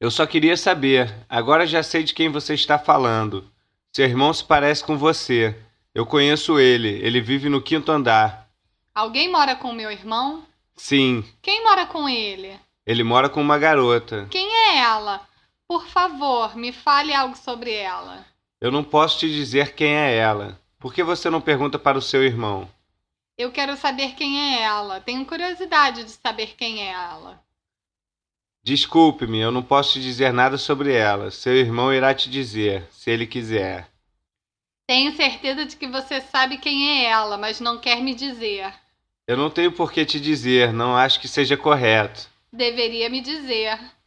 Eu só queria saber, agora já sei de quem você está falando. Seu irmão se parece com você. Eu conheço ele, ele vive no quinto andar. Alguém mora com meu irmão? Sim, Quem mora com ele? ele mora com uma garota. Quem é ela? Por favor, me fale algo sobre ela. Eu não posso te dizer quem é ela. Por que você não pergunta para o seu irmão? Eu quero saber quem é ela. Tenho curiosidade de saber quem é ela. Desculpe-me, eu não posso te dizer nada sobre ela. Seu irmão irá te dizer, se ele quiser. Tenho certeza de que você sabe quem é ela, mas não quer me dizer. Eu não tenho por que te dizer, não acho que seja correto. Deveria me dizer.